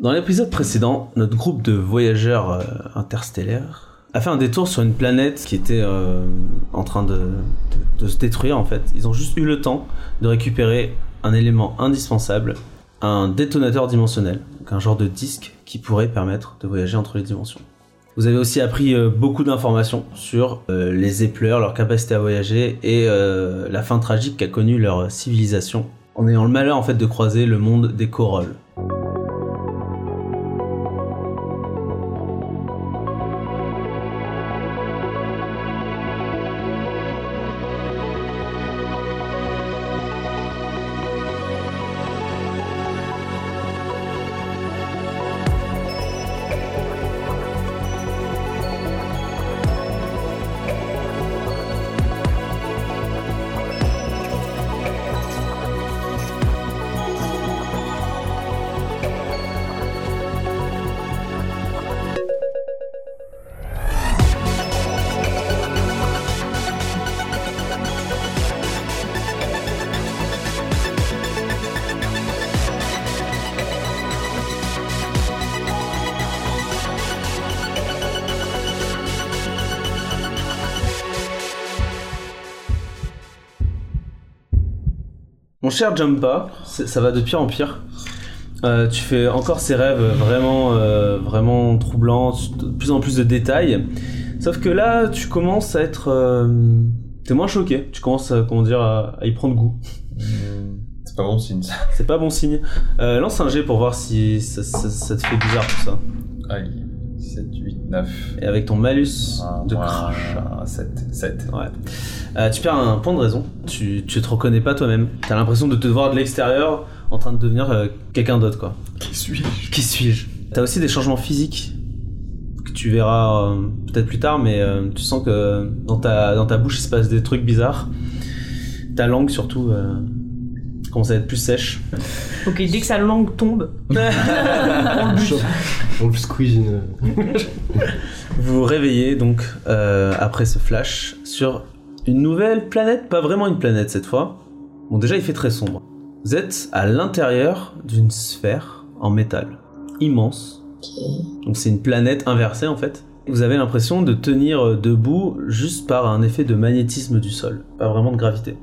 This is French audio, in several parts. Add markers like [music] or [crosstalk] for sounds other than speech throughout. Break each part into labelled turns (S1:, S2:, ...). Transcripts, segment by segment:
S1: Dans l'épisode précédent, notre groupe de voyageurs euh, interstellaires a fait un détour sur une planète qui était euh, en train de, de- de se détruire en fait. Ils ont juste eu le temps de récupérer un élément indispensable, un détonateur dimensionnel, donc un genre de disque qui pourrait permettre de voyager entre les dimensions. Vous avez aussi appris euh, beaucoup d'informations sur euh, les épleurs, leur capacité à voyager et euh, la fin tragique qu'a connue leur civilisation en ayant le malheur en fait de croiser le monde des corolles. Mon cher Jumpa, c'est- ça va de pire en pire. Euh, tu fais encore ces rêves vraiment, euh, vraiment troublants, de plus en plus de détails. Sauf que là, tu commences à être, euh, t'es moins choqué. Tu commences, à, comment dire, à, à y prendre goût.
S2: C'est pas bon signe ça.
S1: C'est pas bon signe. Euh, lance un jet pour voir si ça, ça- ça te fait bizarre tout ça.
S2: Aïe. 7, 8, 9.
S1: Et avec ton malus de crash.
S2: 7, 7.
S1: Ouais. Euh, tu perds un point de raison. Tu, tu te reconnais pas toi-même. T'as l'impression de te voir de l'extérieur en train de devenir euh, quelqu'un d'autre, quoi.
S2: Qui suis-je
S1: Qui suis-je T'as aussi des changements physiques que tu verras euh, peut-être plus tard, mais euh, tu sens que dans ta, dans ta bouche il se passe des trucs bizarres. Ta langue surtout euh, commence à être plus sèche.
S3: Ok, dès que sa langue tombe,
S4: On le squeeze une.
S1: Vous vous réveillez donc euh, après ce flash sur une nouvelle planète, pas vraiment une planète cette fois. Bon déjà il fait très sombre. Vous êtes à l'intérieur d'une sphère en métal, immense. Donc c'est une planète inversée en fait. Vous avez l'impression de tenir euh, debout juste par un effet de magnétisme du sol, pas vraiment de gravité.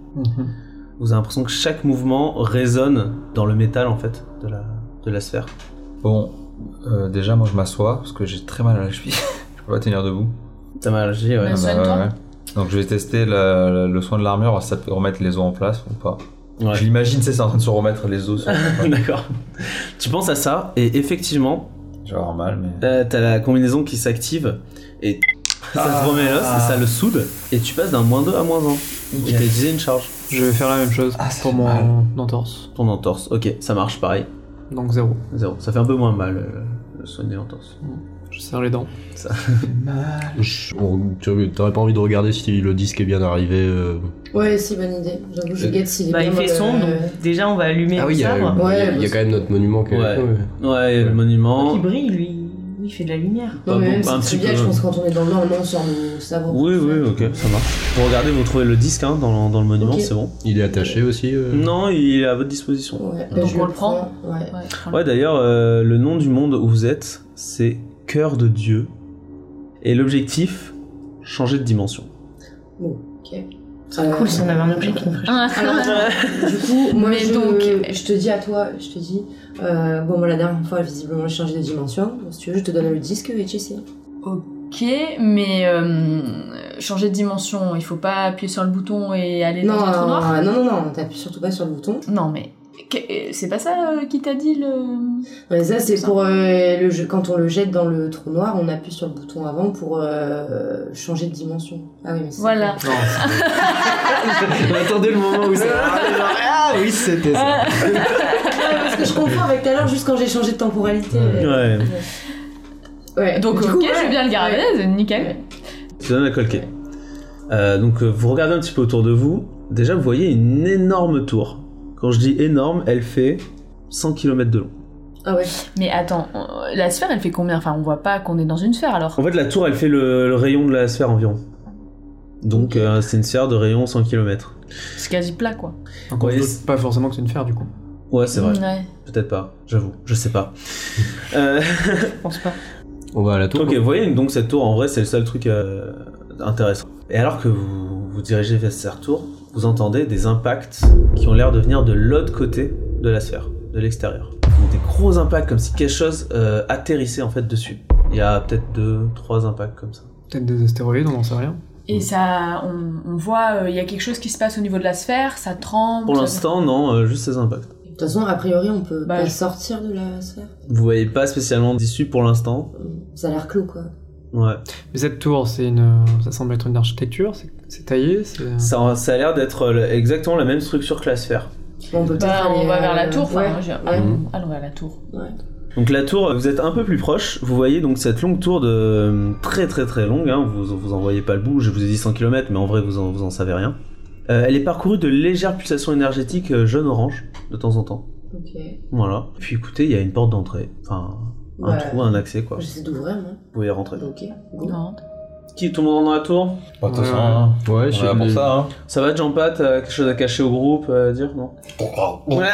S1: Vous avez l'impression que chaque mouvement résonne dans le métal en fait de la, de la sphère.
S2: Bon, euh, déjà moi je m'assois parce que j'ai très mal à la cheville. [laughs] je peux pas tenir debout. Ah, bah,
S1: Ça m'a allergie, ouais.
S5: Ouais. soigne-toi.
S2: Donc je vais tester la- la- le soin de l'armure, voir si ça peut remettre les os en place ou pas.
S1: Ouais.
S2: Je l'imagine, c'est en train de se remettre les os. Sur... [laughs]
S1: [laughs] D'accord. Tu penses à ça et effectivement
S2: Je vais avoir mal, mais.
S1: Euh, T'as la combinaison qui s'active et [laughs] ça te remet l'os et ça le soude et tu passes d'un moins 2 à moins 1. Et t'as utilisé une charge
S6: Je vais faire la même chose
S2: Ah, c'est
S6: pour mon
S2: mal.
S6: entorse.
S1: ton entorse. Ok, ça marche pareil.
S6: Donc zéro.
S1: Zéro. Ça fait un peu moins mal euh, le soigner l'entorse.
S6: Je serre les dents.
S4: Chut, on- tu- T'aurais pas envie de regarder si le disque est bien arrivé. euh,
S5: Ouais, si, bonne idée. J'avoue, je guette s'il est
S3: bah,
S5: bien.
S3: il fait
S5: euh,
S3: sombre, donc déjà on va allumer
S4: Ah oui, il y, a-
S3: ça.
S4: il y a-
S5: Ouais,
S4: il y a quand même notre monument qui est-
S1: Ouais.
S4: Ouais.
S1: Ouais, et le
S2: Ouais.
S1: monument.
S3: Il brille, lui, il fait de la lumière.
S5: Non, mais
S1: Bah,
S5: même
S1: bon,
S5: si
S1: un
S5: c'est
S1: petit
S5: trivial,
S1: peu.
S5: je pense que quand on est dans le Nord, non, sur le sabre.
S1: Oui, oui, ok, ça marche. Vous regardez, vous trouvez le disque hein, dans, le, dans le monument,
S5: Ok.
S1: c'est bon.
S4: Il est attaché aussi. euh,
S1: Non, il est à votre disposition.
S5: Ouais, bah,
S3: Donc
S5: je
S3: on le prend
S5: Ouais.
S3: Ouais, prends-le.
S1: Ouais, d'ailleurs, euh, le nom du monde où vous êtes, c'est Cœur de Dieu. Et l'objectif, changer de dimension.
S5: Euh,
S3: Cool, si on avait un objet qui nous ferait
S5: Alors, du coup, Ah, moi,
S7: Mais
S5: je,
S7: donc-
S5: je te dis à toi, je te dis, euh, bon, moi, la dernière fois, visiblement, j'ai changé de dimension. Donc, si tu veux, je te donne le disque euh, et tu essaies.
S7: Ok, mais euh, changer de dimension, il faut pas appuyer sur le bouton et aller
S5: Non, euh,
S7: dans un trou noir
S5: non, non, non, t'appuies surtout pas sur le bouton.
S7: Non, mais que- euh, c'est pas ça euh, qui t'a dit le.
S5: Mais ça, c'est
S7: Ça.
S5: pour euh, le jeu. Quand on le jette dans le trou noir, on appuie sur le bouton avant pour euh, changer de dimension. Ah oui, mais c'est
S7: Voilà.
S6: Non. Attendez le moment où ça. Ah oui, c'était ça.
S5: Ouais, Ah, parce que je comprends avec tout à l'heure, juste quand j'ai changé de temporalité.
S4: Ouais.
S1: Ouais.
S5: Ouais.
S7: Donc,
S5: Du
S7: ok,
S5: coup,
S7: je vais
S5: ouais.
S7: bien le garder,
S5: Ouais.
S7: c'est nickel.
S1: Je te donne la colquée. Euh, donc euh, vous regardez un petit peu autour de vous. Déjà vous voyez une énorme tour. Quand je dis énorme, elle fait 100 km de long.
S5: Ah ouais.
S7: Mais attends, euh, la sphère elle fait combien Enfin, on voit pas qu'on est dans une sphère alors.
S1: En fait la tour elle fait le, le rayon de la sphère environ. Donc euh, c'est une sphère de rayon 100 km.
S7: C'est quasi plat quoi.
S6: Donc on
S1: Ouais,
S6: se doute
S1: c'est-
S6: pas forcément que c'est une fer du coup.
S1: Ouais, c'est vrai.
S7: Ouais.
S1: Peut-être pas, j'avoue, je sais pas. Euh,
S3: Je pense pas.
S4: On va à la tour.
S1: ok, vous voyez donc cette tour, en vrai, c'est le seul truc euh, intéressant. Et alors que vous vous dirigez vers cette tour, vous entendez des impacts qui ont l'air de venir de l'autre côté de la sphère, de l'extérieur. Donc Des gros impacts, comme si quelque chose euh, atterrissait en fait dessus. Il y a peut-être deux, trois impacts comme ça.
S6: Peut-être des astéroïdes, on n'en sait rien.
S1: Mm.
S7: Et ça, on, on voit, euh, il y a quelque chose qui se passe au niveau de la sphère, ça tremble.
S1: Pour
S7: ça-
S1: l'instant, non, euh, juste ces impacts.
S5: De toute façon, a priori, on peut
S7: Bah,
S5: pas
S7: je-
S5: sortir de la sphère.
S1: Vous voyez pas spécialement d'issue pour l'instant.
S5: Ça a l'air clos, quoi.
S1: Ouais.
S6: Mais cette tour, c'est une, ça semble être une architecture, c'est c'est taillé, c'est...
S1: Ça, ça a l'air d'être euh, exactement la même structure que la sphère.
S5: On peut
S7: Bah,
S5: peut-être
S7: on
S5: aller,
S7: va
S5: euh,
S7: vers la tour, enfin, hein.
S5: ouais.
S7: je-
S5: ouais.
S1: Mhm.
S7: allons, allons vers la tour.
S1: Donc la tour, vous êtes un peu plus proche, vous voyez donc cette longue tour de très très très longue, hein, vous, vous en voyez pas le bout, je vous ai dit 100 km mais en vrai vous en, vous en savez rien. Euh, elle est parcourue de légères pulsations énergétiques euh, jaune-orange de temps en temps.
S5: Ok.
S1: Voilà. Puis écoutez, il y a une porte d'entrée, enfin un
S5: Ouais.
S1: trou, un accès quoi. Vous
S5: Bah, J'essaie d'ouvrir, moi. Bah,
S1: pouvez rentrer.
S5: Ok. Go.
S7: Non.
S1: Qui tout le monde rentre dans la tour
S2: Bon, attention,
S6: Ouais.
S2: hein.
S4: Ouais,
S2: On est
S4: c'est
S2: là pour ça, hein.
S1: Ça va Jean-Pat, t'as quelque chose à cacher au groupe, euh, à dire non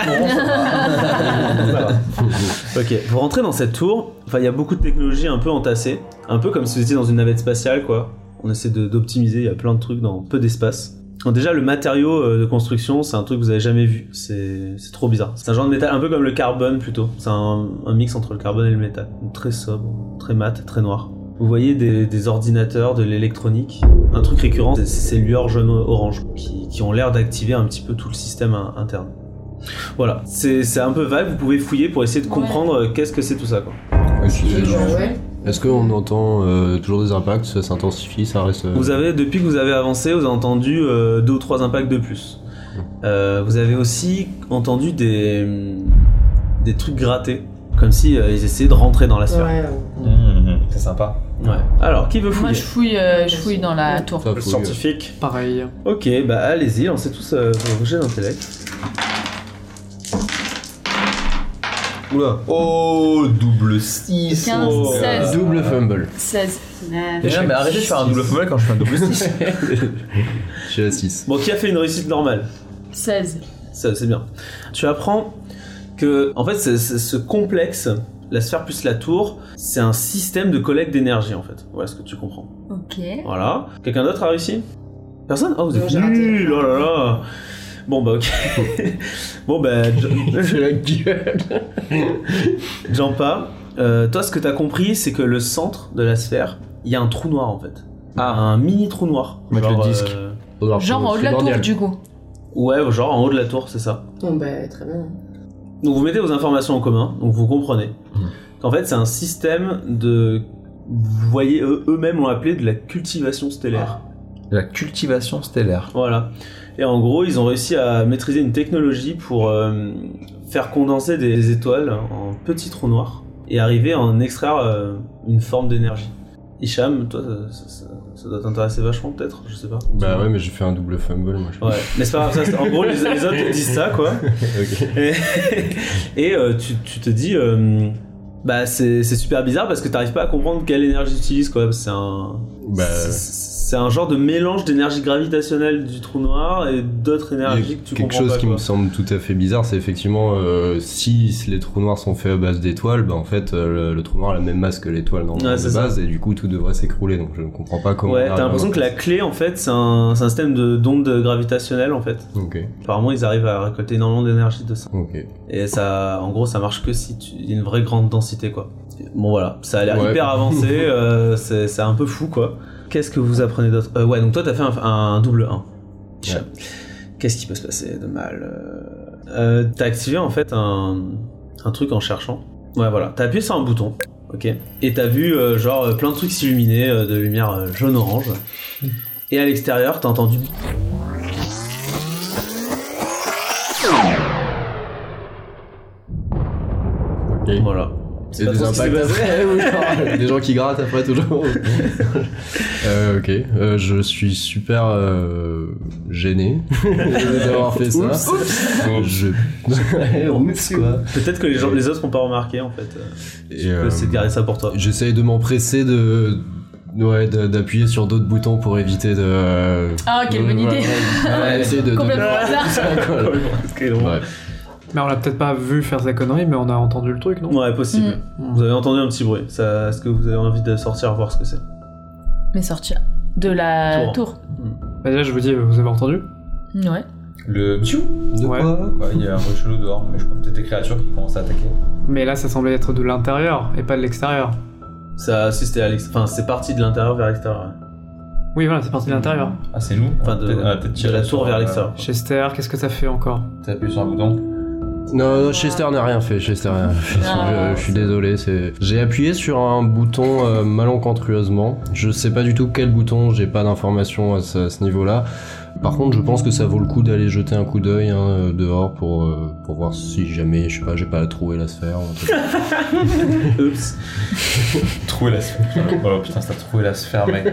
S4: [laughs]
S1: Ok, vous rentrez dans cette tour, enfin il y a beaucoup de technologies un peu entassées, un peu comme si vous étiez dans une navette spatiale quoi. On essaie de- d'optimiser, il y a plein de trucs dans peu d'espace. Donc déjà le matériau euh, de construction, c'est un truc que vous avez jamais vu, c'est c'est trop bizarre. C'est un genre de métal un peu comme le carbone plutôt, c'est un, un mix entre le carbone et le métal, Donc, très sobre, très mat, très noir. Vous voyez des, des ordinateurs, de l'électronique. Un truc récurrent, c'est c'est ces lueurs jaune-orange qui, qui ont l'air d'activer un petit peu tout le système in- interne. Voilà, c'est c'est un peu vague, vous pouvez fouiller pour essayer de
S7: Ouais.
S1: comprendre euh, qu'est-ce que c'est tout ça. Quoi.
S5: Bah, ouais.
S4: Est-ce qu'on entend euh, toujours des impacts Ça s'intensifie, ça reste. euh,
S1: Vous avez, depuis que vous avez avancé, vous avez entendu euh, deux ou trois impacts de plus. Euh, vous avez aussi entendu des, des trucs grattés, comme si euh, ils essayaient de rentrer dans la sphère.
S5: Ouais, ouais.
S2: Mmh, c'est sympa.
S1: Ouais. Alors, qui veut fouiller
S7: Moi, je fouille, euh, je fouille dans la tour.
S4: ça
S1: Le
S4: fouille.
S1: scientifique.
S6: Pareil.
S1: Ok, bah allez-y, lancez tous euh, vos jets d'intellect.
S4: Oula.
S2: Oh, double 6
S7: 15,
S1: euh,
S4: Euh,
S7: 16.
S4: Double fumble.
S7: 16.
S2: Déjà, mais arrêtez de faire un double fumble quand je fais un double [laughs] 6.
S4: J'ai la 6.
S1: Bon, qui a fait une réussite normale
S7: 16.
S1: Ça, c'est bien. Tu apprends que, en fait, c'est- c'est- ce complexe, la sphère plus la tour, c'est un système de collecte d'énergie, en fait. Voilà ce que tu comprends.
S7: Ok.
S1: Voilà. Quelqu'un d'autre a réussi Personne Oh, vous
S5: Non,
S1: êtes
S5: j'ai raté.
S1: nuls Oh là là Bon, bah, ok. [laughs] bon, bah, Jean-
S4: [laughs] J'ai la gueule.
S1: Jampa, euh, toi, ce que t'as compris, c'est que le centre de la sphère, il y a un trou noir, en fait. Ah, un mini trou noir.
S4: Mettre le disque.
S1: euh,
S7: Genre en haut de la tour,
S4: Primordial.
S7: du coup.
S1: Ouais, genre en haut de la tour, c'est ça.
S5: Bon, bah, très bien.
S1: Donc vous mettez vos informations en commun, donc vous comprenez
S4: Hmm.
S1: qu'en fait c'est un système de... Vous voyez, eux- eux-mêmes l'ont appelé de la cultivation stellaire.
S2: La cultivation stellaire.
S1: Voilà. Et en gros, ils ont réussi à maîtriser une technologie pour euh, faire condenser des étoiles en petits trous noirs et arriver à en extraire euh, une forme d'énergie. Hicham, toi, ça, ça- ça doit t'intéresser vachement peut-être, je sais pas.
S4: Bah ouais, mais j'ai fait un double fumble, moi.
S1: Ouais, mais c'est pas grave, ça, c'est- en gros les, les autres disent ça quoi.
S4: [laughs] Je...
S1: Et, [laughs] et, euh, tu, tu te dis, euh, bah c'est c'est super bizarre parce que t'arrives pas à comprendre quelle énergie tu utilises quoi. C'est un,
S4: Bah,
S1: c'est- c'est un genre de mélange d'énergie gravitationnelle du trou noir et d'autres
S4: il y
S1: énergies
S4: a
S1: que tu
S4: quelque
S1: comprends
S4: chose
S1: pas.
S4: qui
S1: quoi.
S4: me semble tout à fait bizarre, c'est effectivement euh, si les trous noirs sont faits à base d'étoiles, bah en fait euh, le, le trou noir a la même masse que l'étoile dans
S1: Ouais,
S4: de
S1: c'est ça.
S4: base et du coup tout devrait s'écrouler. Donc je ne comprends pas comment. euh,
S1: Ouais,
S4: on
S1: t'as
S4: arrive à
S1: l'impression que la
S4: avoir
S1: clé en fait c'est un, c'est un système de- d'ondes gravitationnelles en fait.
S4: ça. Ok,
S1: Apparemment ils arrivent à récolter énormément d'énergie de ça.
S4: ok.
S1: Et ça, en gros ça marche que si tu- il y a une vraie grande densité quoi. Bon voilà, ça a l'air
S4: Ouais.
S1: hyper
S4: [laughs]
S1: avancé, euh, c'est c'est un peu fou quoi. Qu'est-ce que vous apprenez d'autre Euh, Ouais, donc toi t'as fait un, un double 1.
S4: Ouais.
S1: Qu'est-ce qui peut se passer de mal euh Euh, T'as activé en fait un, un truc en cherchant. Ouais voilà, t'as appuyé sur un bouton, ok Et t'as vu euh, genre euh, plein de trucs s'illuminer euh, de lumière euh, jaune-orange.
S4: Hmm.
S1: Et à l'extérieur t'as entendu...
S4: Ok.
S1: Voilà. C'est
S4: Et
S1: pas
S4: des
S1: trop ce qui s'est
S4: impacts
S1: passé.
S4: après, ou genre, [laughs] des gens qui grattent
S1: [laughs]
S4: après toujours. Euh, ok, Euh, je suis super euh, gêné
S1: [laughs]
S4: d'avoir fait ça. Je... Oups, quoi.
S1: Peut-être que les, gens, les autres n'ont pas remarqué en fait. Euh,
S4: Et,
S1: tu peux
S4: euh,
S1: essayer de garder ça
S2: [laughs]
S1: pour toi.
S4: J'essaye de m'empresser de. Ouais, de- d'appuyer sur d'autres boutons pour éviter de.
S7: Ah, quelle bonne idée.
S4: Ouais, ouais, ouais, essayer de- de-
S7: Complètement hasard.
S4: Ouais,
S1: Parce que, bon,
S4: ouais.
S6: Mais on l'a peut-être pas vu faire sa connerie, mais on a entendu le truc, non
S1: Ouais, possible.
S6: Mm.
S1: Vous avez entendu un petit bruit. Ça, est-ce que vous avez envie de sortir voir ce que c'est
S7: Mais sortir de la tour.
S6: Bah, déjà, je vous dis, vous avez entendu
S7: Ouais. [laughs]
S2: Le. De
S6: Ouais.
S2: quoi Ouais, il y a un bruit chelou dehors, mais je crois que peut-être des créatures qui commencent à attaquer.
S6: Mais là, ça semblait être de l'intérieur et pas de l'extérieur.
S1: Ça, si c'était à l'ex- enfin, c'est parti de l'intérieur vers l'extérieur. ouais.
S6: Oui, voilà, c'est parti de l'intérieur.
S2: Ah, c'est nous
S1: Enfin, de,
S2: Peut-être- on a
S1: de
S2: peut-être tiré
S1: la
S2: sur,
S1: tour vers
S2: euh, [laughs]
S1: l'extérieur.
S6: Chester, qu'est-ce que ça fait encore
S2: T'as appuyé sur un bouton
S4: Non, non, Chester n'a rien fait, Chester n'a rien fait.
S7: Ah.
S4: Je, je suis désolé, c'est... J'ai appuyé sur un bouton euh, malencontreusement. Je sais pas du tout quel bouton, j'ai pas d'informations à ce, à ce niveau-là. Par contre, je pense que ça vaut le coup d'aller jeter un coup d'œil hein, euh, dehors pour, euh, pour voir si jamais, je sais pas, j'ai pas trouvé la sphère. ou un truc.
S1: Oups.
S2: Trouver la sphère. [laughs] oh putain, ça a trouvé la sphère, mec.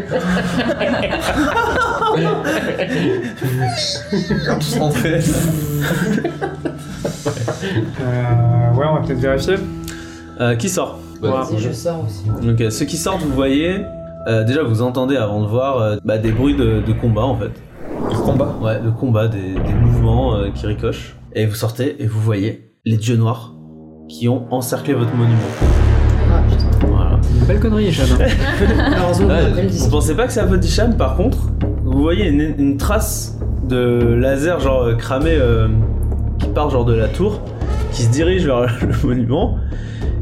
S2: Tous rentrés.
S6: euh, Ouais, on va peut-être vérifier.
S1: Euh, qui sort
S4: Bah,
S5: Vas-y, je sors aussi.
S1: Donc, euh, ceux qui sortent, vous voyez. euh, déjà, vous entendez avant de voir euh, bah, des bruits de, de combat en fait.
S2: Combat.
S1: Ouais, de combat, des, des mouvements euh, qui ricochent. Et vous sortez et vous voyez les dieux noirs qui ont encerclé votre monument.
S5: Ah putain.
S1: Voilà.
S6: Une belle connerie, Jeanne.
S5: Heureusement qu'on a pris le
S1: Vous
S5: disque.
S1: pensez pas que c'est un peu d'Hicham par contre Vous voyez une, une trace de laser genre euh, cramé euh, qui part genre de la tour, qui se dirige vers [laughs] le monument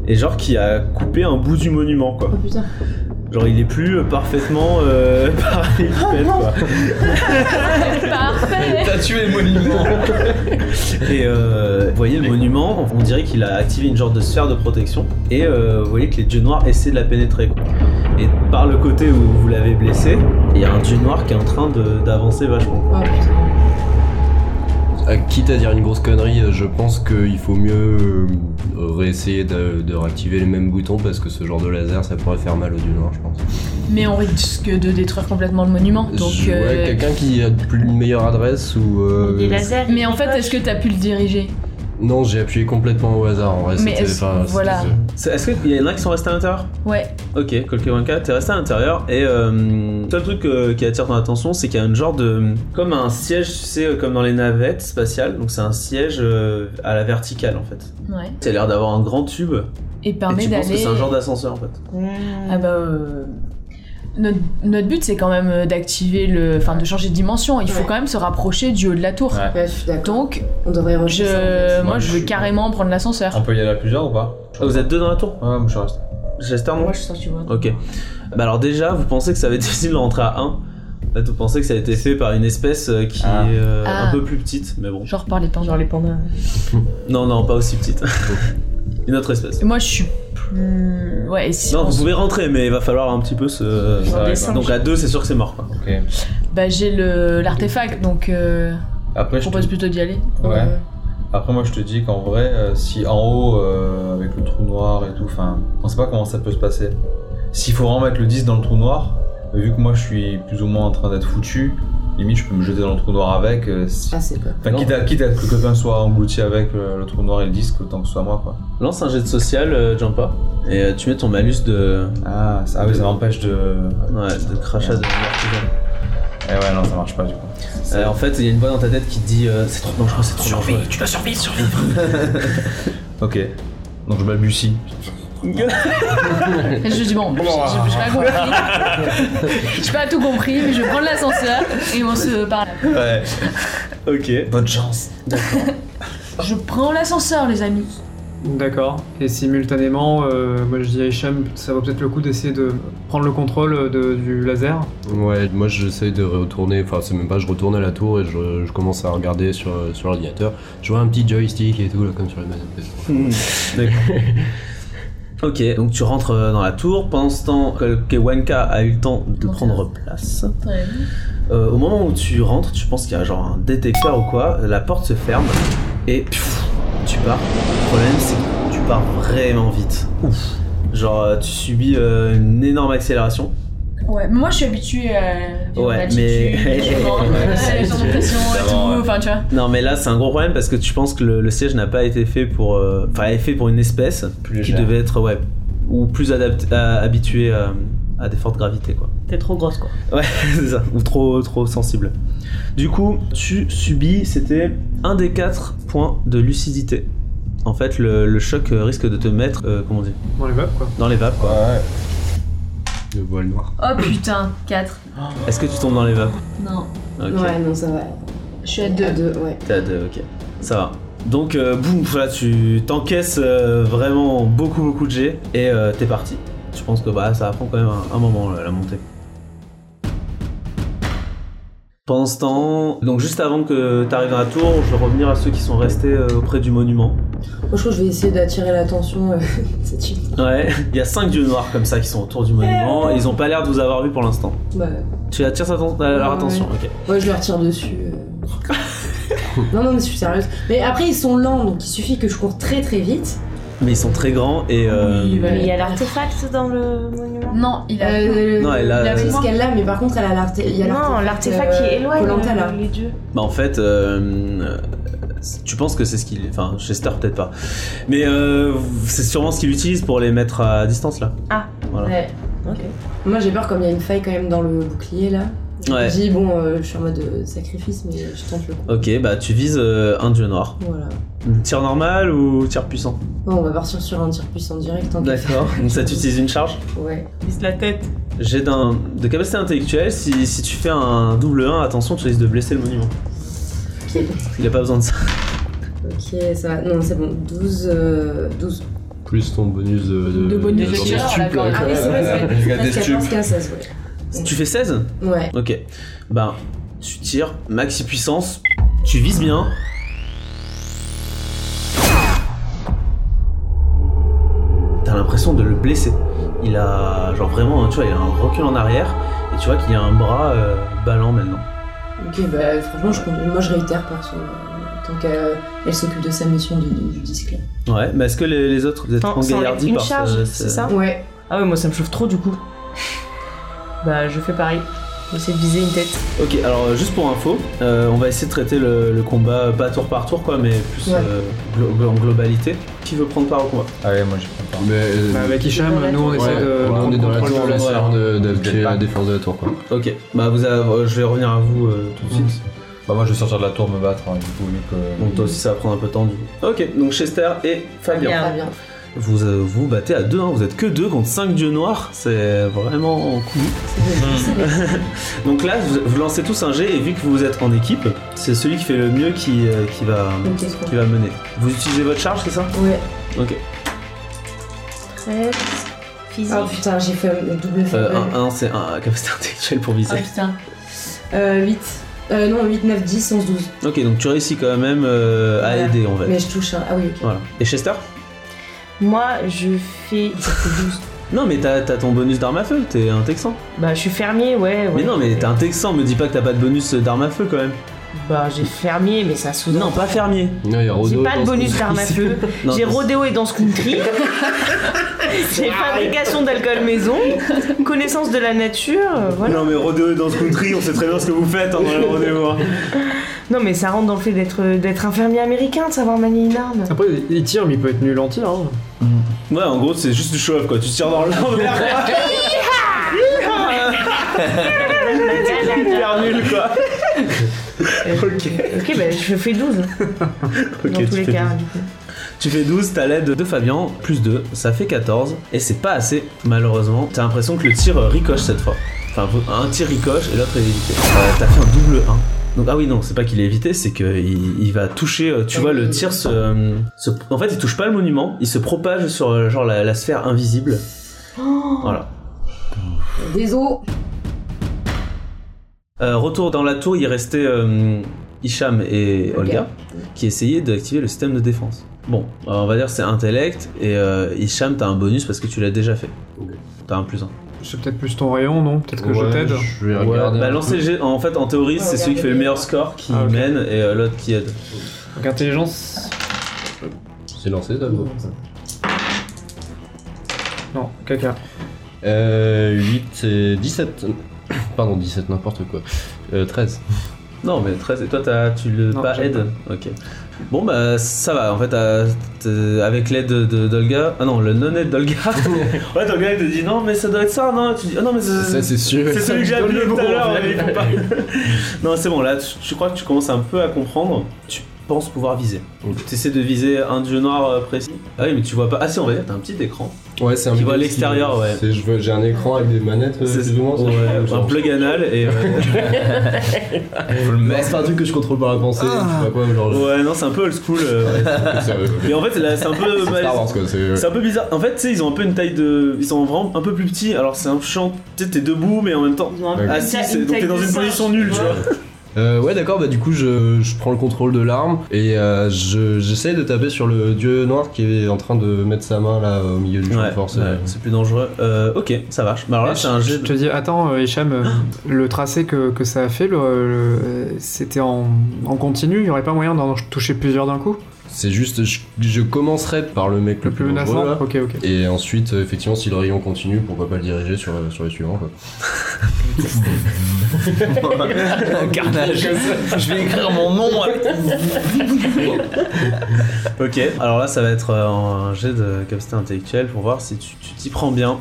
S1: et genre qui a coupé un bout du monument quoi.
S5: Oh putain.
S1: Genre il est plus euh, parfaitement euh, [laughs] parallélipède, quoi.
S7: Parfait
S2: [laughs] T'as tué le monument
S1: Et euh, vous voyez le monument, on dirait qu'il a activé une genre de sphère de protection. Et euh, vous voyez que les dieux noirs essaient de la pénétrer. quoi. Et par le côté où vous l'avez blessé, il y a un dieu noir qui est en train de- d'avancer vachement.
S5: Oh
S1: quoi.
S5: putain.
S4: Ah, quitte à dire une grosse connerie, euh, je pense qu'il faut mieux euh, réessayer de, de réactiver les mêmes boutons parce que ce genre de laser, ça pourrait faire mal au dieu noir, je pense.
S7: Mais on risque de détruire complètement le monument, donc...
S4: Je-
S7: euh,
S4: ouais, quelqu'un qui a plus une meilleure adresse ou. euh,
S3: Des lasers.
S7: Mais en fait, est-ce que t'as pu le diriger
S4: Non, j'ai appuyé complètement au hasard en vrai.
S7: Mais
S4: c'était
S7: est-ce-
S4: pas-
S7: voilà.
S4: c'était-
S1: C'est- Est-ce qu'il y en a qui sont restés à l'intérieur
S7: Ouais.
S1: Ok, Colkewanka, t'es resté à l'intérieur et euh, seul truc euh, qui attire ton attention, c'est qu'il y a une genre de comme un siège, tu sais, euh, comme dans les navettes spatiales. Donc c'est un siège euh, à la verticale en fait.
S7: Ouais.
S1: Ça a l'air d'avoir un grand tube.
S7: Et
S1: et
S7: permet
S1: tu penses que
S7: d'aller... euh,
S1: c'est un genre d'ascenseur en fait.
S7: Ah bah... euh, Notre, notre but c'est quand même euh, d'activer le. Enfin de changer de dimension. Il faut
S5: Ouais.
S7: quand même se rapprocher du haut de la tour.
S2: Ouais.
S5: Ouais, Bah, je suis d'accord.
S7: Donc
S5: On devrait
S7: je.
S5: rejeter ça, en fait.
S7: moi
S2: Ouais,
S7: je
S2: je
S7: veux
S2: suis- Ah.
S7: carrément prendre l'ascenseur.
S2: On peut y aller à plusieurs ou pas
S1: Ah, vous êtes deux dans la tour.
S2: Ouais, moi je reste.
S1: J'espère
S7: Ah,
S1: non.
S5: Moi, je suis sortie voir.
S1: Ok. Bah alors déjà, vous pensez que ça va être [laughs] difficile de rentrer à 1 En fait, vous pensez que ça a été fait par une espèce euh, qui
S2: Ah.
S1: est euh,
S7: Ah.
S1: un peu plus petite, mais bon.
S7: Genre par les pendants.
S3: Genre les pandas.
S1: Non, non, pas aussi petite. [laughs] une autre espèce.
S7: Moi je suis plus. Ouais, et si
S1: Non,
S7: on
S1: vous
S7: se-
S1: pouvez rentrer, mais il va falloir un petit peu se.
S2: Ça va,
S3: des
S2: bah.
S3: singes.
S1: Donc à deux, c'est sûr que c'est mort. Quoi.
S2: Ok.
S7: Bah j'ai le l'artefact donc euh,
S2: Après,
S7: je
S2: je te-
S7: propose plutôt d'y aller.
S2: Ouais. Après, moi, je te dis qu'en vrai, euh, si en haut, euh, avec le trou noir et tout, enfin, on sait pas comment ça peut se passer. S'il faut vraiment mettre le 10 dans le trou noir, euh, vu que moi, je suis plus ou moins en train d'être foutu, limite, je peux me jeter dans le trou noir avec. euh, si-
S5: Ah, c'est pas.
S2: Enfin, quitte à, quitte à que quelqu'un soit englouti avec euh, le trou noir et le disque, autant que ce soit moi, quoi.
S1: Lance un jet de social, euh, Jampa, et euh, tu mets ton malus de.
S2: Ah, ça, ah oui, ça m'empêche de.
S1: Ouais, de crachat de.
S2: Eh ouais, non, ça marche pas, du coup.
S1: Euh, en fait, il y a une voix dans ta tête qui dit euh, C'est trop dangereux, c'est trop dangereux.
S3: tu dois survivre, survivre.
S2: Ok. Donc, je balbutie.
S7: Et je dis bon, j'ai j'ai- j'ai pas compris. j'ai pas tout compris, mais je prends l'ascenseur et on se parle.
S1: Ouais. [laughs] ok.
S2: Bonne chance.
S7: Je prends l'ascenseur les amis.
S6: D'accord. Et simultanément, euh, moi je dis à Hicham, ça vaut peut-être le coup d'essayer de prendre le contrôle de- du laser.
S4: Ouais, moi j'essaye de retourner, enfin c'est même pas, je retourne à la tour et je, je commence à regarder sur, sur l'ordinateur. Je vois un petit joystick et tout, là, comme sur les manettes.
S1: [laughs] Ok, donc tu rentres euh, dans la tour. Pendant ce temps, euh, que que Wanka a eu le temps de
S7: Mon
S1: prendre place. Euh, au moment où tu rentres, tu penses qu'il y a genre un détecteur ou quoi, la porte se ferme et pfff, tu pars. Le problème c'est que tu pars vraiment vite. Ouf. Genre euh, tu subis euh, une énorme accélération.
S7: Ouais, mais moi je suis habituée à vivre
S1: Ouais,
S7: en altitude,
S1: mais-
S7: je vois,
S1: Ouais,
S7: les orientations et
S2: Vraiment, ouais.
S7: tout, enfin tu vois.
S1: Non mais là c'est un gros problème parce que tu penses que le, le siège n'a pas été fait pour... euh, Enfin est fait pour une espèce
S2: Plus
S1: qui
S2: légère.
S1: devait être ouais, ou plus adapté, à- habituée à, à des fortes gravités quoi.
S3: T'es trop grosse quoi.
S1: [laughs] Ouais c'est ça, ou trop, trop sensible. Du coup, tu subis, c'était un des quatre points de lucidité. En fait, le, le choc euh, risque de te mettre, euh, comment dire,
S6: Dans les vapes, quoi.
S1: dans les vapes. quoi.
S2: Ouais.
S4: Le voile noir.
S7: Oh putain, 4.
S1: Est-ce que tu tombes dans les vapes
S7: Non.
S1: Ok.
S5: Ouais, non, ça va.
S7: Je suis à
S5: À
S7: 2.
S5: deux, ouais.
S1: T'as deux, ok. Ça va. Donc, euh, boum, voilà, tu t'encaisses euh, vraiment beaucoup, beaucoup de jets et euh, t'es parti. Je pense que bah, ça va prendre quand même un, un moment euh, la- la montée. Pendant ce temps, donc juste avant que t'arrives dans la tour, je vais revenir à ceux qui sont restés euh, auprès du monument.
S5: Moi, je trouve que je vais essayer d'attirer l'attention euh, [laughs] de cette fille.
S1: Ouais, il y a cinq dieux noirs comme ça qui sont autour du monument et ils ont pas l'air de vous avoir vu pour l'instant.
S5: Bah,
S1: Tu attires sa- leur
S5: Ouais.
S1: attention, ok.
S5: ouais, je leur tire dessus.
S1: [laughs]
S5: euh. non, non, mais je suis sérieuse. Mais après, ils sont lents, donc il suffit que je cours très très vite.
S1: Mais ils sont très grands et. euh,
S7: Oui, bah,
S3: Il y a l'artefact dans le monument
S7: Non, il a.
S5: Euh,
S1: Non, elle a-
S5: la
S1: euh,
S5: ce qu'elle a, mais par contre, elle a l'arte- il y a l'artefact. euh,
S3: Non, l'artefact qui éloigne
S5: Colanta, là.
S3: les dieux.
S1: Bah en fait, euh, tu penses que c'est ce qu'il... Enfin, Chester peut-être pas. Mais euh, c'est sûrement ce qu'il utilise pour les mettre à distance là.
S5: Ouais.
S3: Ok.
S5: Moi, j'ai peur, comme il y a une faille quand même dans le bouclier là.
S1: Ouais.
S5: Je dis, bon, euh, je suis en mode euh, sacrifice, mais je tente le coup.
S1: Ok, bah tu vises euh, un dieu noir.
S5: Voilà.
S1: Tir normal ou tir puissant
S5: Bon, on va partir sur un tir puissant direct. tant qu'à
S1: Donc ça t'utilise une charge
S5: faire. Ouais.
S3: Vise la tête.
S1: J'ai d'un... de capacité intellectuelle, si, si tu fais un double 1, attention, tu risques de blesser le monument. Il a pas besoin de ça.
S5: Ok, ça va. Non, c'est bon. 12. euh, 12.
S4: Plus ton bonus de.
S7: De bonus de
S4: genre
S7: tir,
S4: stup,
S7: d'accord.
S4: là,
S7: Ah oui,
S5: c'est vrai, c'est vrai.
S2: Les gars des
S5: 13, 14,
S2: stupes.
S5: 15, 16, ouais.
S1: Tu fais 16
S5: Ouais.
S1: Ok. Bah, tu tires, maxi puissance, tu vises bien. T'as l'impression de le blesser. Il a, genre vraiment, hein, tu vois, il a un recul en arrière et tu vois qu'il y a un bras euh, ballant maintenant.
S5: Ok, bah franchement, je compte- moi je réitère perso. euh, Tant qu'elle elle s'occupe de sa mission du, du disque là.
S1: Ouais, mais est-ce que les, les autres, vous êtes
S3: Attends, ça enlève
S1: engaillardis
S3: une
S1: par ce-
S3: charge,
S1: ce-
S3: c'est ça
S5: Ouais.
S3: Ah ouais, moi ça me chauffe trop du coup. Bah je fais pareil. J'essaie de viser une tête.
S1: Ok, alors euh, juste pour info, euh, on va essayer de traiter le, le combat euh, pas tour par tour quoi, mais plus
S5: Ouais.
S1: euh, glo- en globalité. Qui veut prendre part au combat
S2: Allez, Ah moi je prends
S4: Mais. euh,
S6: Bah, avec
S5: Dans la
S6: Hicham, nous on
S4: ouais, euh,
S6: essaie de.
S4: ouais, on
S6: prendre
S4: est dans la
S6: contrôle
S4: tour,
S6: de
S4: là,
S1: la-
S4: c'est l'heure de- d'appuyer
S2: Vous êtes
S4: la
S2: pas-
S4: défense de la tour, quoi.
S1: Ok, bah vous avez- euh, je vais revenir à vous euh, tout de suite.
S2: Bah, moi je vais sortir de la tour, me battre, hein, du coup, vu [laughs] que.
S1: Donc toi aussi ça va prendre un peu de temps du coup. Ok, donc Chester et Fabien.
S3: Fabien.
S5: Très bien.
S1: Vous euh, vous battez à deux, hein. vous êtes que deux contre cinq dieux noirs, c'est vraiment cool. [laughs] donc là vous, vous lancez tous un jet et vu que vous êtes en équipe, c'est celui qui fait le mieux qui, euh, qui, va,
S5: Ok,
S1: qui va mener. Vous utilisez votre charge c'est ça
S5: Ouais.
S1: Ok.
S3: Très physique.
S5: Ah putain, j'ai fait un double
S1: Euh,
S5: faille.
S1: un, un, c'est un euh, capacité intellectuelle pour
S7: Oh
S1: viser.
S7: putain.
S5: Euh, 8. Euh, non, 8, 9, 10, 11, 12.
S1: Ok donc tu réussis quand même euh, à
S5: Ouais.
S1: aider en fait.
S5: Mais je touche un. Ah oui, ok.
S1: Voilà. Et Chester
S3: Moi je fais. ça fait 12.
S1: Non mais t'as t'as ton bonus d'arme à feu, t'es un texan.
S3: Bah je suis fermier, ouais. ouais.
S1: Mais non mais t'es un texan, me dis pas que t'as pas de bonus d'arme à feu quand même.
S3: Bah j'ai fermier, mais ça sous
S1: Non pas fermier.
S4: Non, il y a
S3: J'ai
S4: Rodo
S3: pas de
S4: dans ce
S3: bonus d'arme à feu.
S1: Non,
S3: J'ai rodéo et danse country. [laughs] J'ai fabrication d'alcool maison. Connaissance de la nature. euh, Voilà.
S1: Non mais rodeo dans ce country, on sait très bien ce que vous faites hein, dans le rodeo. hein.
S3: Non, mais ça rentre dans le fait d'être euh, d'être infirmier américain, de savoir manier une [laughs] arme.
S6: Après, il tire, mais il peut être nul en tir. Hein.
S1: Ouais, en gros, c'est juste du show-off quoi. Tu tires dans l'envers quoi. C'est hyper nul quoi. ok.
S3: Ok, bah je fais 12
S1: Ok,
S3: dans tous les
S1: fais
S3: cas.
S1: 12.
S3: du coup.
S1: Tu fais 12, t'as l'aide de Fabien, plus 2, ça fait 14. Et c'est pas assez, malheureusement. T'as l'impression que le tir euh, ricoche cette fois. Enfin, un tir ricoche et l'autre est évité. Euh, t'as fait un double 1. Donc, ah oui, non, c'est pas qu'il est évité, c'est qu'il il va toucher. euh, Tu vois, le tir se, euh, se- En fait, il touche pas le monument, il se propage sur euh, genre la, la sphère invisible. Voilà.
S5: Des os.
S1: Euh, retour dans la tour, il restait euh, Hicham et
S5: Olga.
S1: Olga qui essayaient d'activer le système de défense. Bon, euh, on va dire c'est intellect et euh, Hicham, t'as un bonus parce que tu l'as déjà fait.
S4: Ok.
S1: T'as un plus un.
S6: C'est peut-être plus ton rayon, non Peut-être que je
S4: Ouais,
S6: t'aide.
S4: Je vais regarder.
S1: bah,
S4: un
S1: lancer
S4: peu.
S1: le jet- en fait, en théorie, c'est celui qui fait le meilleur score qui
S6: Ah, ok.
S1: mène et euh, l'autre qui aide.
S6: Donc, intelligence.
S4: C'est lancé, ça
S6: Non, caca.
S4: Euh, 8 et 17. Pardon, 17, n'importe quoi. Euh, 13.
S1: Non, mais 13, et toi, t'as- tu le
S6: Non,
S1: pas
S6: j'aime
S1: aide Ok. Bon bah ça va en fait euh, t- avec l'aide de, de- d'Olga ah non le non aide d'Olga [laughs] ouais Olga il te dit non mais ça doit être ça non tu dis ah non mais c'est-
S4: Ça, c'est sûr.
S1: [laughs] c'est celui que j'ai
S6: donne
S1: appelé
S6: le
S1: tout à
S6: mot,
S1: l'heure
S6: en
S1: mais
S6: fait.
S1: il faut pas [laughs] non c'est bon là tu- je crois que tu commences un peu à comprendre tu penses pouvoir viser
S4: Ok.
S1: tu essaies de viser un dieu noir euh, précis ah oui mais tu vois pas ah si on va dire t'as un petit écran
S4: Ouais, c'est un
S1: Qui
S4: mec
S1: voit l'extérieur, ouais.
S4: C'est- je veux- J'ai un écran avec des manettes, euh,
S1: C'est-
S4: plus ou moins, c'est-
S1: Ouais, un
S4: genre.
S1: plug anal et euh,
S2: Faut le
S4: [laughs] Non,
S2: mettre.
S4: Bah, c'est pas un truc que je contrôle par la pensée, je sais pas quoi, genre. je-
S1: [laughs] ouais non c'est un peu old school euh, ouais.
S4: [laughs] c'est, euh,
S1: et en fait là c'est un peu
S4: c'est hein. Star Wars, quoi. C'est, euh,
S1: C'est un peu bizarre. En fait, tu sais, ils ont un peu une taille de. Ils sont vraiment un peu plus petits. Alors, c'est un champ. Tu sais, t'es debout, mais en même temps.
S3: Ils ont un-
S4: Ah,
S3: une
S1: si,
S3: taille-
S1: c'est-
S3: une
S1: donc t'es
S3: taille
S1: dans
S3: de
S1: une
S3: singe,
S1: position nulle, tu vois.
S4: Euh, ouais, d'accord, bah du coup, je, je prends le contrôle de l'arme et euh, je- j'essaie de taper sur le dieu noir qui est en train de mettre sa main là au milieu du champ de force. euh.
S1: c'est plus dangereux. Euh, ok, ça marche. Mais alors
S4: Ah,
S1: là, c'est un
S6: Je
S1: jet.
S6: te dis, attends, euh, Hicham, euh, le tracé que, que ça a fait, le- le- c'était en, en continu, il n'y aurait pas moyen d'en toucher plusieurs d'un coup
S4: C'est juste, je, je commencerai par le mec le,
S6: Le plus
S4: dangereux, là.
S6: menaçant Ok, ok.
S4: Et ensuite, euh, effectivement, si le rayon continue, pourquoi pas le diriger sur, euh, sur les suivants quoi.
S1: [laughs]
S2: Je vais écrire mon nom. avec-
S1: Ok, alors là, ça va être euh, un jet de capacité intellectuelle pour voir si tu tu t'y prends bien.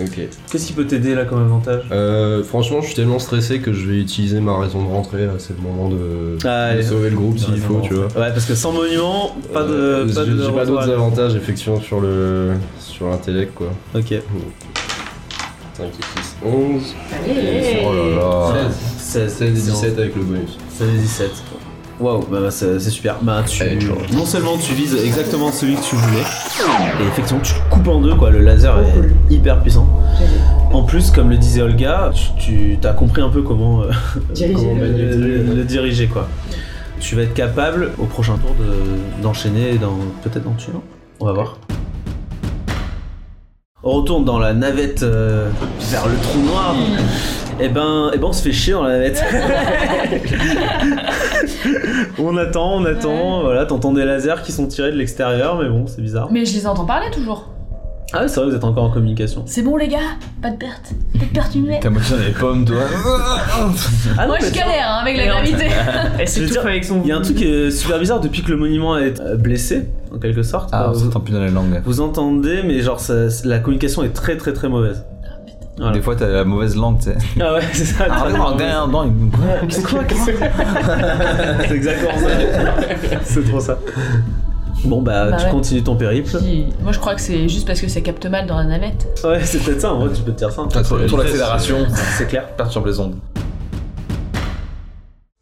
S4: Ok.
S1: Qu'est-ce qui peut t'aider là comme avantage
S4: Euh, franchement, je suis tellement stressé que je vais utiliser ma raison de rentrer. là, C'est le moment de,
S1: Ah,
S4: de
S1: allez.
S4: sauver le groupe s'il
S1: Raison
S4: faut,
S1: de
S4: tu vois.
S1: Ouais, parce que sans monument, pas de.
S4: Euh,
S1: pas
S4: j'ai-
S1: de
S4: j'ai
S1: retour
S4: pas
S1: à
S4: d'autres
S1: la-
S4: avantages effectivement sur le sur l'intellect quoi.
S1: Ok,
S4: 5 et 6, 11.
S5: Allez.
S4: Oh là là.
S1: 16,
S4: 16 et 17 avec le bonus.
S1: 16 et 17. Waouh, bah, bah, c'est c'est super. Bah, tu,
S4: Allez, ciao.
S1: non seulement tu vises exactement celui que tu voulais, et effectivement tu le coupes en deux, quoi. Le laser est
S5: cool.
S1: hyper puissant.
S5: J'avais
S1: En plus, comme le disait Olga, tu, as compris un peu comment euh, [laughs]
S5: dirigé
S4: Comment
S5: le-
S4: manier
S1: le,
S4: le truc,
S1: le-
S4: ouais.
S1: le diriger, quoi. Tu vas être capable au prochain tour de- d'enchaîner dans peut-être dans le suivant. On va voir. On retourne dans la navette euh, vers le trou noir. Et ben, et ben, on se fait chier dans la [laughs] navette. on attend, on attend. Voilà, t'entends des lasers qui sont tirés de l'extérieur, mais bon, c'est bizarre.
S7: Mais je les entends parler toujours.
S1: Ah ouais, c'est vrai, vous êtes encore en communication.
S7: C'est bon, les gars, pas de perte. Pas de perte humaine.
S2: T'as moitié dans les pommes, toi.
S1: Ah non,
S7: Moi,
S1: mais
S7: je galère hein, avec la
S3: Mais non.
S7: gravité.
S1: [laughs]
S3: Elle
S1: Je veux
S3: s'étouffe
S1: dire,
S3: avec son.
S1: Il y a un truc euh, super bizarre depuis que le monument est euh, blessé, en quelque sorte.
S2: Ah,
S1: Euh,
S2: ça
S1: vous,
S2: t'en plus dans les langues.
S1: vous entendez, mais genre ça- la communication est très très très mauvaise. Voilà.
S2: Des fois, t'as la mauvaise langue, tu sais.
S1: Ah ouais, c'est ça. très mauvaise.
S2: Qu'est-ce
S1: [laughs]
S6: [laughs]
S1: c'est exactement ça. [laughs] c'est trop ça. Bon bah,
S7: Bah
S1: tu
S7: ouais.
S1: continues ton périple.
S7: Puis, Moi, je crois que c'est juste parce que ça capte mal dans la navette.
S1: Ouais, c'est peut-être ça. En vrai, tu peux te dire ça. euh,
S2: Sur l'accélération,
S1: C'est clair.
S2: perturbe les ondes.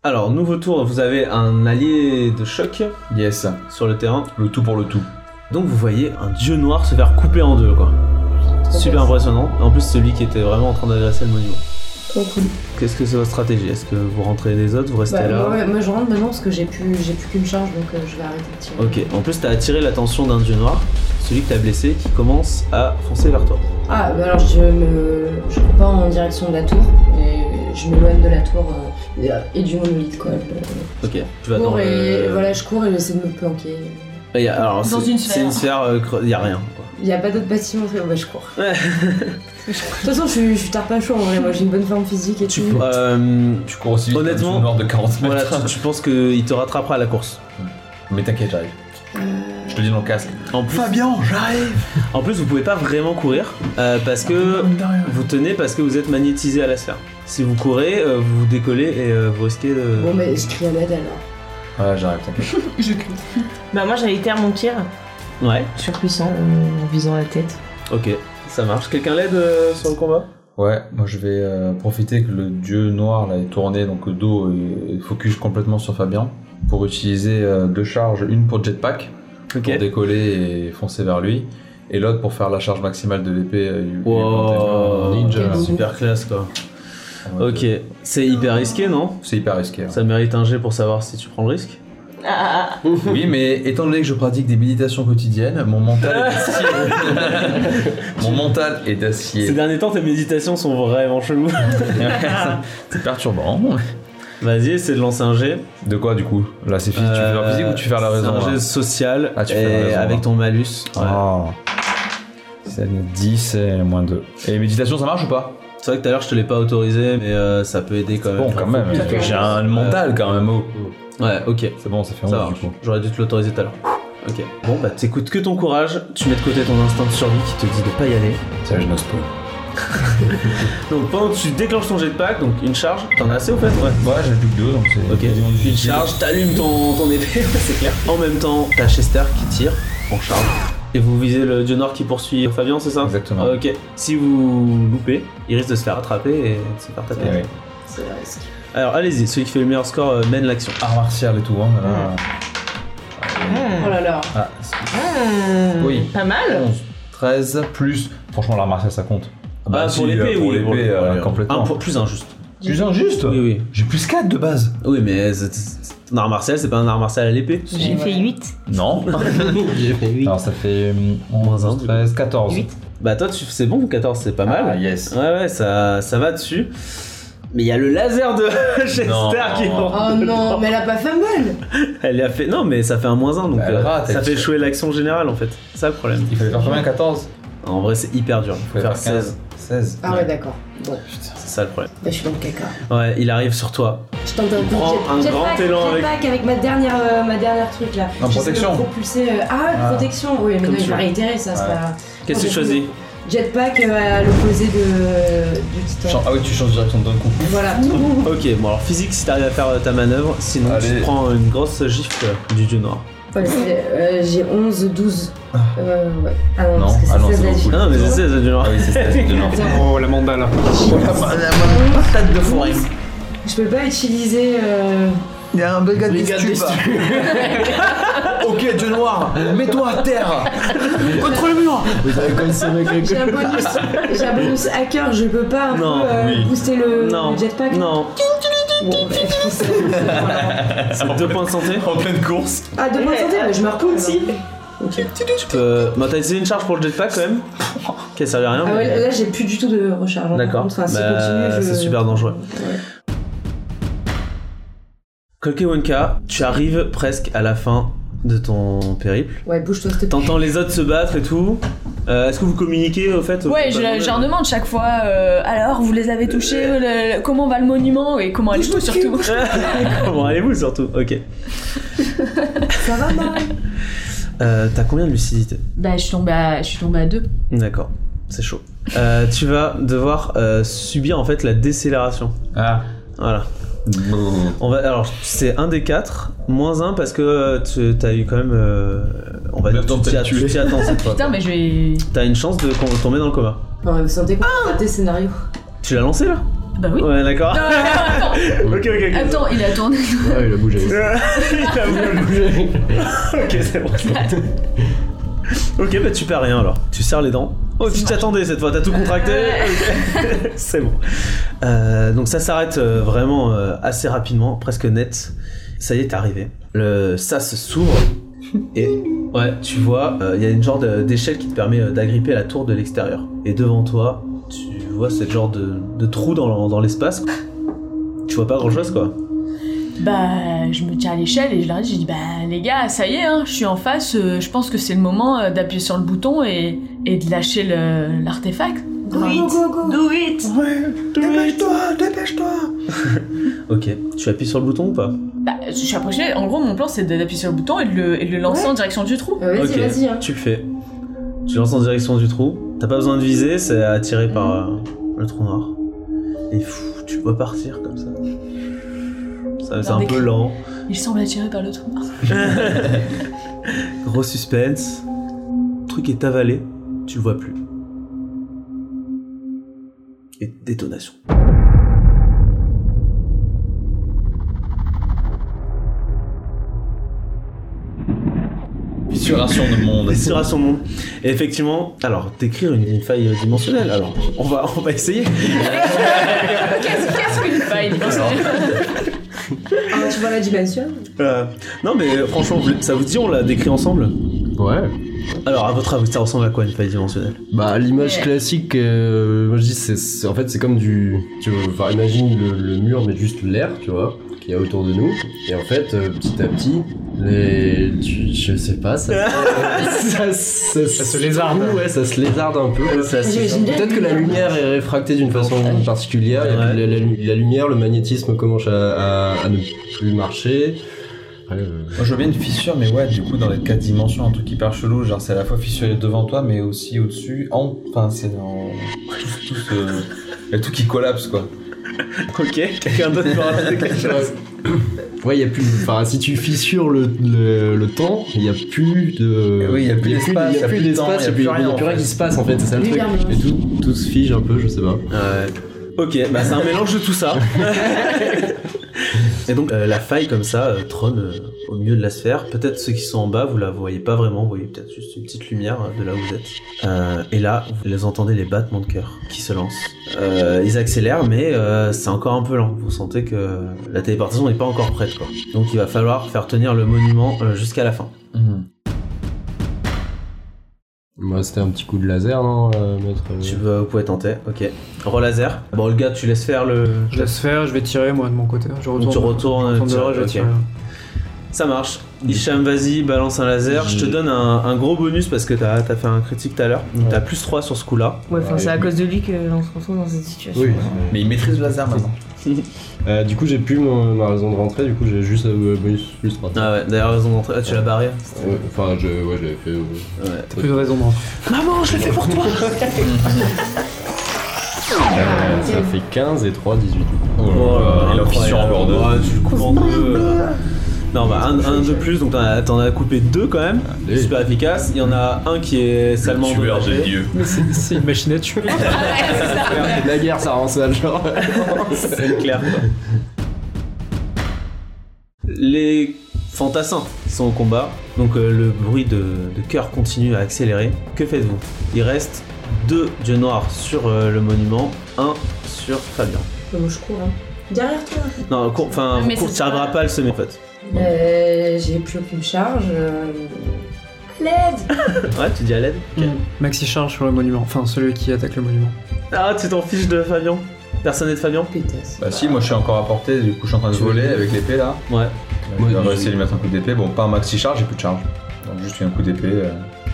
S1: Alors nouveau tour. Vous avez un allié de choc
S2: Yes,
S1: sur le terrain.
S2: le tout pour le tout.
S1: Donc vous voyez un dieu noir se faire couper en deux quoi. Super impressionnant. En plus celui qui était vraiment en train d'agresser le monument.
S5: Trop cool.
S1: Qu'est-ce que c'est votre stratégie Est-ce que vous rentrez les autres, vous restez
S5: Bah,
S1: là
S5: moi, ouais, moi, je rentre maintenant parce que j'ai plus, j'ai plus qu'une charge donc euh, je vais arrêter de tirer.
S1: Ok. En plus t'as attiré l'attention d'un dieu noir, celui que t'as blessé, qui commence à foncer vers toi.
S5: Ah, bah alors je me. Je cours pas en direction de la tour, mais je m'éloigne de la tour euh, et, et du monolithe quoi. Je
S1: Ok. Tu vas Bah, dans
S5: cours et.
S1: le-
S5: Voilà, je cours et j'essaie de me planquer.
S1: Et y a- alors,
S7: Dans
S1: c'est-
S7: une
S1: C'est
S7: sphère.
S1: une sphère. euh, creux- y a rien. quoi.
S5: Il y a pas d'autre bâtiment, fait, bah je cours.
S1: Ouais.
S5: De toute façon, [laughs] je suis, je suis tarpin chaud en vrai, moi j'ai une bonne forme physique et
S1: Tu,
S5: tout.
S1: euh,
S2: Tu cours aussi vite
S1: Honnêtement,
S2: qu'un noir de 40 mètres.
S1: voilà, tu, tu penses qu'il te rattrapera à la course.
S2: Mais t'inquiète, j'arrive. Je te dis dans le casque.
S1: En plus,
S2: Fabien, j'arrive
S1: en plus, vous pouvez pas vraiment courir euh, parce que vous tenez parce que vous êtes magnétisé à la sphère. Si vous courez, euh, vous vous décollez et euh, vous risquez de.
S5: Bon, mais je crie à l'aide alors.
S2: Ouais, j'arrive, t'inquiète.
S7: Je crie.
S3: Bah, moi j'allais taire mon tir,
S1: Ouais.
S3: surpuissant, euh, en en visant la tête.
S1: Ok. Ça marche. Quelqu'un l'aide euh, sur le combat
S2: Ouais, moi je vais euh, profiter que le dieu noir là est tourné, donc le dos est, est focus complètement sur Fabien, pour utiliser euh, deux charges, une pour jetpack,
S1: Ok.
S2: pour décoller et foncer vers lui, et l'autre pour faire la charge maximale de l'épée. euh, U-
S1: Wow.
S2: U- Ninja.
S5: Quel
S1: Super classe quoi. Ok. C'est hyper risqué non
S2: euh, C'est hyper risqué. hein.
S1: Ça mérite un jet pour savoir si tu prends le risque.
S3: Ah, ah, ah.
S2: Oui, mais étant donné que je pratique des méditations quotidiennes, mon mental est d'acier.
S1: [laughs]
S2: mon mental est
S1: Ces
S2: d'acier.
S1: derniers temps, tes méditations sont vraiment
S2: [laughs]
S1: cheloues.
S2: C'est perturbant.
S1: [laughs] Vas-y, essaie de lancer un jet.
S2: De quoi du coup Là, c'est physique. tu veux faire physique ou tu veux faire la
S1: Euh,
S2: raison
S1: C'est un
S2: là
S1: jet social
S2: Ah, tu
S1: et
S2: fais la raison,
S1: avec
S2: là.
S1: ton malus. ouais.
S2: Ah. C'est 10 et moins 2. Et méditation, ça marche ou pas
S1: C'est vrai que tout à l'heure je te l'ai pas autorisé, mais euh, ça peut aider quand même.
S2: Bon, quand même,
S5: Ça fait
S2: j'ai un mental quand même. oh.
S1: Ouais, ok.
S2: C'est bon, ça fait
S1: Ça
S2: 11 du
S1: marche.
S2: coup.
S1: J'aurais dû te l'autoriser tout à l'heure. Ok. Bon, bah t'écoutes que ton courage, tu mets de côté ton instinct de survie qui te dit de pas y aller.
S2: Ça, je n'ose pas.
S1: Donc pendant que tu déclenches ton jetpack, donc une charge, t'en as assez au fait Ouais.
S2: Ouais, j'ai plus que deux, donc c'est.
S1: Ok.
S2: quasiment du
S1: Une
S2: style.
S1: charge, t'allumes ton, ton épée, [laughs] ouais, c'est clair. En même temps, t'as Chester qui tire en charge. Et vous visez le dieu noir qui poursuit Fabien, c'est ça
S2: Exactement.
S1: Ok. Si vous loupez, il risque de se faire attraper et de se faire taper.
S2: Et ouais.
S5: C'est le risque.
S1: Alors allez-y, celui qui fait le meilleur score euh, mène l'action.
S2: Art martial et tout, hein. voilà.
S3: Hmm.
S5: Oh là là.
S2: Ah, c'est
S3: Mmh,
S2: Oui.
S3: Pas mal.
S2: 11, 13, plus. Franchement, l'art martial, ça compte.
S1: Ah,
S2: si,
S1: pour l'épée,
S2: euh,
S1: oui.
S2: Pour l'épée, euh,
S1: Ouais,
S2: complètement.
S1: un pour- plus un juste.
S2: Plus injuste
S1: Oui, oui.
S2: J'ai plus 4 de base.
S1: Oui, mais c'est- c'est- ton art martial, c'est pas un art martial à l'épée.
S3: J'ai [laughs] fait 8.
S2: Non.
S4: J'ai fait
S2: Alors, Ah, ça fait hum, 11,
S1: Moins un,
S2: 13, 14.
S3: Huit.
S1: Bah toi, tu... c'est bon, 14, c'est pas mal.
S2: Ah, yes.
S1: Ouais, ouais, ça, ça va dessus. Mais il y a le laser de [laughs] Chester
S2: Non.
S1: qui
S5: Oh
S1: rentre
S5: non,
S1: dedans.
S5: mais elle a pas fait mal.
S1: Elle a fait. Non, mais ça fait un moins 1, donc
S2: Bah, elle
S1: euh,
S2: rate,
S1: ça
S2: elle
S1: fait
S2: tire.
S1: échouer l'action générale en fait. C'est ça le problème.
S2: Il fallait faire combien 14
S1: En vrai, c'est hyper dur.
S2: Il
S1: Faut
S2: fallait
S1: faire
S2: 15.
S1: 16.
S2: 16.
S5: Ah ouais, d'accord. Bon,
S1: C'est ça le problème.
S5: bah, je suis dans le caca.
S1: Ouais, il arrive sur toi.
S5: Je tente un coup
S1: Prends un
S5: de jet-
S1: grand
S5: jetpack,
S1: élan avec-
S5: jetpack avec ma dernière, euh, ma dernière truc là.
S2: En
S5: J'essaie de
S2: protection.
S5: propulser, euh, Ah,
S2: Ah.
S5: protection. Oui, mais
S1: Comme
S5: non, il
S1: tu
S5: va
S1: veux.
S5: réitérer ça, c'est
S2: Ouais.
S5: pas.
S1: Qu'est-ce que tu choisis
S5: Jetpack euh, à l'opposé de du titan.
S2: Chan- Ah oui, tu changes de direction d'un coup.
S5: Voilà.
S1: Ok, bon alors physique si t'arrives à faire euh, ta manœuvre, sinon tu
S2: Allez.
S1: te prends une grosse gifle euh, du dieu noir.
S5: Ouais, c'est- euh, J'ai 11, 12. Euh, ouais. Ah non,
S2: Non,
S5: parce que
S2: ah
S5: c'est
S2: non,
S5: 16
S2: c'est
S5: la
S2: beaucoup.
S5: vie.
S1: Ah non mais c'est ça, c'est du noir.
S2: Ah oui, c'est ça, [laughs] c'est de l'or.
S5: Attends,
S6: Oh, la mandale.
S2: Oh la
S1: [laughs] Patate de forêt.
S5: Je peux pas utiliser. Euh...
S2: Il y a un bégat de Ok, Dieu noir, mets-toi à terre
S4: Contre le mur Vous avez consommé
S5: J'ai un bonus. J'ai un bonus hacker. Je peux pas un
S1: Non,
S5: peu euh,
S2: oui.
S5: booster le,
S1: Non.
S5: le jetpack.
S1: Non,
S5: Bon, bah, je pense que- voilà.
S1: c'est deux points de santé.
S2: Ah, En pleine course
S5: Ah, deux points de santé. bah, Je me reprends aussi.
S1: Tu peux. Bah t'as essayé une charge pour le jetpack quand
S5: [laughs]
S1: même Qui servait à rien.
S5: Ah
S1: mais-
S5: ouais, là j'ai plus du tout de recharge. hein, par
S1: D'accord.
S5: contre. Enfin, si
S1: Bah,
S5: continue, je-
S1: c'est super dangereux.
S5: Ouais.
S1: Kolkewonka, tu arrives presque à la fin de ton périple.
S5: Ouais, bouge-toi, s'il te plaît.
S1: T'entends les autres se battre et tout. Euh, Est-ce que vous communiquez au fait
S7: Ouais, je- j'en demande chaque fois. euh, alors, vous les avez touchés euh, le- le- Comment va le monument Et comment allez-vous surtout
S1: [laughs] Comment allez-vous surtout Ok.
S5: Ça va, Marie
S1: Euh, T'as combien de lucidité
S7: Bah, je suis tombée à, je suis tombée à deux.
S1: D'accord, c'est chaud. Euh, tu vas devoir euh, subir en fait la décélération.
S2: Ah
S1: Voilà. On va, alors, c'est un des quatre, moins un parce que euh, tu as eu quand même. euh, on va
S2: Le
S1: dire,
S2: temps
S1: tu
S2: de
S1: t'y
S2: te
S1: as-
S2: tuer.
S1: tu t'y attends cette fois.
S7: Putain, mais je vais.
S1: T'as une chance de con- tomber dans le coma.
S5: Non, mais vous sentez quoi Vous ratez le scénario.
S1: Tu l'as lancé là
S7: Bah oui.
S1: Ouais, d'accord.
S7: Non, non, non, [laughs] attends,
S1: Ok, ok, ok.
S7: attends, il a tourné.
S4: Ouais, il a bougé.
S1: [laughs]
S2: [laughs]
S1: Il a voulu. ok, c'est bon. [laughs] ok, bah tu perds rien alors. Tu serres les dents. Oh, tu t'attendais cette fois, t'as tout contracté. Ok. [laughs] c'est bon. Euh, donc ça s'arrête euh, vraiment euh, assez rapidement, presque net. Ça y est, t'es arrivé. Le sas s'ouvre. Et ouais, tu vois, euh, il y a une genre de- d'échelle qui te permet euh, d'agripper la tour de l'extérieur. Et devant toi, tu vois cette genre de, de trou dans, dans l'espace. Tu vois pas grand chose quoi.
S7: Bah, je me tiens à l'échelle et je leur dis, j'ai dit, bah les gars, ça y est, hein, je suis en face, euh, je pense que c'est le moment euh, d'appuyer sur le bouton et, et de lâcher le- l'artefact.
S3: Do it.
S5: Go, go, go.
S3: Do it.
S2: Dépêche-toi, dépêche-toi
S1: Ok, tu appuies sur le bouton ou pas
S7: Bah, je suis impressionnée, en gros, mon plan c'est de- d'appuyer sur le bouton et de le, et de le lancer
S5: Ouais.
S7: en direction du trou.
S5: Euh, vas-y,
S1: Ok,
S5: vas-y. Hein.
S1: Tu le fais. Tu lances en direction du trou. T'as pas besoin de viser, c'est attiré par euh, le trou noir. Et fou, tu vois partir comme ça. ça c'est
S7: Dans
S1: un
S7: des
S1: peu
S7: cris.
S1: lent.
S7: Il semble attiré par le trou.
S1: Gros suspense. Le truc est avalé, tu le vois plus. Et détonation.
S2: Fissuration de monde.
S1: Sur à son monde. Et effectivement, alors, décrire une, une faille dimensionnelle, alors, on va, on va essayer.
S7: [laughs] Qu'est-ce qu'est-ce qu'une faille [laughs]
S5: Ah, tu vois la dimension
S1: Euh, non mais franchement, vous- ça vous dit, on l'a décrit ensemble
S4: Ouais.
S1: Alors, à votre avis, ça ressemble à quoi une faille dimensionnelle
S4: Bah l'image
S7: Ouais.
S4: classique, euh, moi je dis c'est c'est- en fait c'est comme du, tu vois, enfin imagine le, le mur mais juste l'air, tu vois, qu'il y a autour de nous. Et en fait, euh, petit à petit, les... tu- je sais pas, ça, ça, ça-
S6: Ça se lézarde.
S4: Ouais, ça se lézarde un peu. Ça se-
S5: J'imagine bien
S4: Peut-être que la lumière est réfractée d'une façon particulière. et
S1: Ouais.
S4: puis la, la- la lumière, le magnétisme commence à, à- à ne plus marcher. Ouais, euh,
S2: Moi, je vois bien une fissure, mais ouais, du coup, dans les quatre dimensions, un truc hyper chelou. Genre, c'est à la fois fissuré devant toi, mais aussi au-dessus. En... Enfin, c'est dans. [laughs] Tout, tout ce. Il y a tout qui collapse, quoi.
S1: Ok, quelqu'un d'autre peut rajouter quelque chose
S4: Ouais, il y a plus. Enfin, si tu fissures le, le, le temps, il y a plus de.
S2: Eh oui, il y a plus
S4: il
S2: d'espace,
S4: Il y a plus d'espace, il y a plus il y a
S2: rien,
S4: plus
S2: en
S4: rien qui
S2: fait.
S4: se passe en fait, c'est ça le truc.
S5: Lumière blanche.
S4: Et tout, tout se fige un peu, je sais pas.
S1: Ouais. Ok, bah c'est un mélange de tout ça. [laughs] Et donc euh, la faille comme ça euh, trône euh, au milieu de la sphère. Peut-être ceux qui sont en bas, vous la voyez pas vraiment, vous voyez peut-être juste une petite lumière euh, de là où vous êtes. Euh, et là, vous les entendez les battements de cœur qui se lancent. Euh, ils accélèrent, mais euh, c'est encore un peu lent. Vous sentez que la téléportation n'est pas encore prête, quoi. Donc il va falloir faire tenir le monument euh, jusqu'à la fin.
S2: Mhm.
S4: Moi, c'était un petit coup de laser, non, euh, maître euh,
S1: Tu peux, vous pouvez tenter, ok. Relaser. Bon, le gars, tu laisses faire le.
S6: Je laisse faire, je vais tirer moi de mon côté. Je retourne.
S1: tu Ah, retournes,
S6: je retourne
S1: tirer,
S6: dehors, je vais
S1: ok. Mm.
S6: tirer.
S1: Ça marche. Hicham, vas-y, balance un laser. Je te donne un, un gros bonus parce que t'as as fait un critique tout à l'heure. Donc t'as plus 3 sur ce coup-là.
S3: Ouais, enfin, c'est à cause de lui qu'on se retrouve dans cette situation.
S4: Oui.
S2: Mais il maîtrise le laser maintenant.
S4: Euh, du coup, j'ai plus mon- ma raison de rentrer, du coup, j'ai juste euh, bonus plus 3.
S1: Ah ouais, d'ailleurs, raison d'entrer. Ah, tu l'as barré
S4: Ouais, Enfin, je, ouais, j'avais fait. euh,
S6: T'as plus de raison d'entrer.
S1: Maman, je l'ai fait pour toi
S4: euh, ça fait 15 et 3, 18. du coup.
S1: Oh
S2: il a fissure encore deux.
S1: Ouais, tu le coupes en deux. euh. Non, bah, un, un de plus, donc t'en as- t'en as coupé deux quand même.
S4: Allez.
S1: Super efficace. Il y en a un qui est salement. endommagé.
S2: dieux.
S6: Mais c'est c'est une machine à [laughs] tuer.
S1: [laughs]
S4: C'est de la guerre, ça rend ça, genre.
S1: C'est clair. quoi. Les fantassins sont au combat, donc euh, le bruit de, de cœur continue à accélérer. Que faites-vous Il reste deux dieux noirs sur euh, le monument, un sur Fabien.
S5: Bah, moi, je cours, hein. Derrière toi
S1: Non, cour- enfin,
S7: Mais
S1: cour-
S7: c'est
S1: tu n'arriveras
S7: pas-
S1: pas à le semer en fait.
S5: Euh, J'ai plus aucune charge. euh, L'aide
S1: Ouais, tu dis à l'aide Ok.
S6: Maxi charge sur le monument. Enfin, celui qui attaque le monument.
S1: Ah, tu t'en fiches de Fabien Personne n'est de Fabien
S5: Pétasse.
S2: Bah, si, moi je suis encore à portée, du coup, je suis en train de voler avec l'épée là. Euh,
S1: Ouais,
S2: On
S4: Moi,
S2: va
S4: je-
S2: essayer de lui mettre un coup d'épée. Bon, pas un maxi charge, j'ai plus de charge. Donc, juste un coup d'épée euh,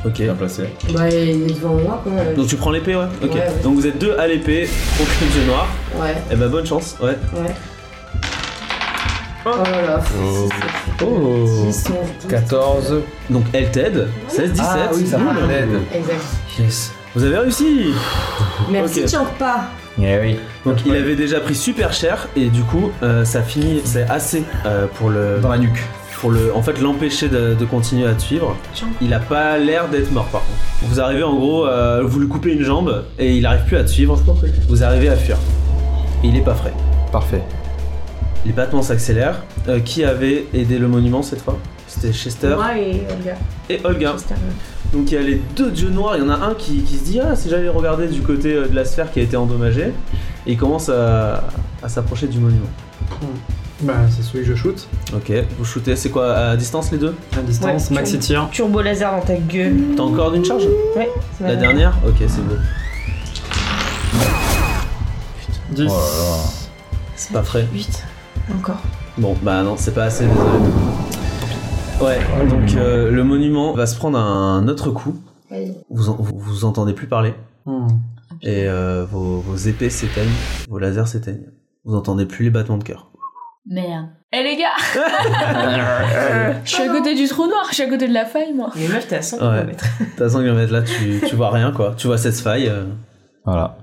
S1: ok.
S2: bien placé.
S5: Bah, il est devant moi, quoi.
S1: Donc tu prends l'épée, ouais Ok.
S5: Ouais, ouais.
S1: Donc vous êtes deux à l'épée contre le dieu noir.
S5: Ouais,
S1: Eh ben bonne chance, ouais.
S5: ouais. Oh là là.
S4: Oh.
S5: Oh.
S4: Oh.
S5: 10, 11, 12.
S2: 14.
S1: Donc elle t'aide, 16-17.
S2: Ah oui, ça
S1: Ouh,
S2: va,
S1: le-
S2: l'aide.
S5: Exact.
S1: Yes. Vous avez réussi
S5: Merci,
S1: Ok.
S5: tiens pas.
S2: Eh oui.
S1: Donc il avait déjà pris super cher et du coup euh, ça finit, c'est assez euh, pour le,
S2: Dans la nuque.
S1: pour le, en fait l'empêcher de, de continuer à te suivre. Il a pas l'air d'être mort par contre. Vous arrivez en gros, euh, vous lui coupez une jambe et il arrive plus à te suivre. Vous arrivez à fuir. Et il est pas frais.
S4: Parfait.
S1: Les battements s'accélèrent. Euh, qui avait aidé le monument cette fois C'était Chester
S3: Moi et euh, Olga.
S1: et Olga. Donc il y a les deux dieux noirs, il y en a un qui, qui se dit ah si j'allais regarder du côté euh, de la sphère qui a été endommagée et il commence à, à s'approcher du monument.
S6: Bah, c'est celui que je shoot.
S1: Ok, vous shootez, c'est quoi à distance les deux
S6: À distance,
S3: Ouais,
S6: Maxi tire.
S1: Oh
S3: Turbo laser dans ta gueule.
S1: T'as encore d'une charge
S3: Ouais, c'est
S1: La
S3: ma-
S1: dernière Ok c'est beau.
S2: Oh
S6: 10.
S2: là là.
S1: C'est pas frais.
S3: 8. Encore.
S1: Bon bah non c'est pas assez désolé. Ouais, donc euh, le monument va se prendre un autre coup.
S5: Aïe.
S1: Vous, en- vous, vous entendez plus parler
S6: Hmm.
S1: et euh, vos, vos épées s'éteignent, vos lasers s'éteignent. Vous entendez plus les battements de cœur.
S7: Merde. Eh les [laughs] gars Je suis à côté du trou noir, je suis à côté de la faille, moi.
S3: Mais meuf, t'es à 100
S1: Ouais. T'as 100 km là, tu, tu vois rien quoi. Tu vois cette faille. euh.
S2: Voilà.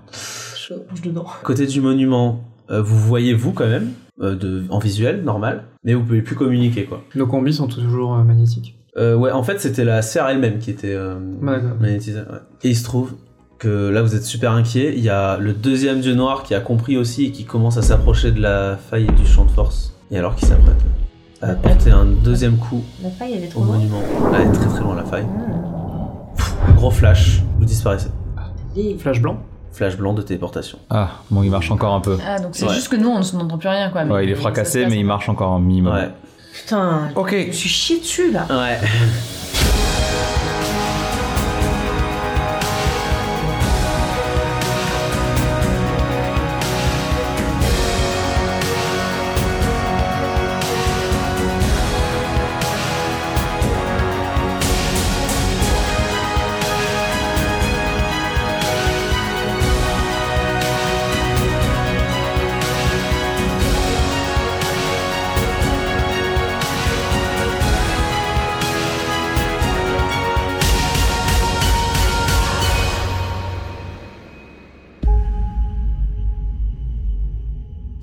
S5: Chaud.
S3: Je dedans.
S1: Côté du monument, euh, vous voyez vous quand même, euh, de, en visuel, normal, mais vous pouvez plus communiquer quoi.
S6: Nos combis sont toujours euh, magnétiques.
S1: Euh, ouais, en fait, c'était la sphère elle-même qui était euh,
S6: D'accord.
S1: magnétisée. ouais. Et il se trouve que là, vous êtes super inquiet. Il y a le deuxième dieu noir qui a compris aussi et qui commence à s'approcher de la faille et du champ de force. Et alors qu'il s'apprête à porter un deuxième coup
S3: La faille, elle est
S1: au
S3: trop loin. Ah.
S1: monument. Elle est très très loin la faille. Pff, gros flash, vous disparaissez.
S6: Flash blanc.
S1: Flash blanc de téléportation.
S2: Ah, bon, il marche encore un peu.
S7: Ah, donc c'est
S1: Ouais.
S7: juste que nous, on ne n'entend plus rien, quoi. mais-
S2: Ouais, il est
S7: mais
S2: fracassé,
S7: ça se
S2: mais il marche encore un
S8: Mm.
S2: minimum.
S1: Ouais.
S3: Putain.
S2: Ok.
S3: Je me suis chié dessus là.
S1: Ouais.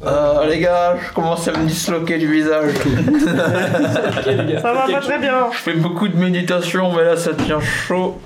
S8: Euh, les gars, je commence à me disloquer du visage.
S9: Ça va pas très bien.
S8: Je fais beaucoup de méditation, mais là ça tient chaud.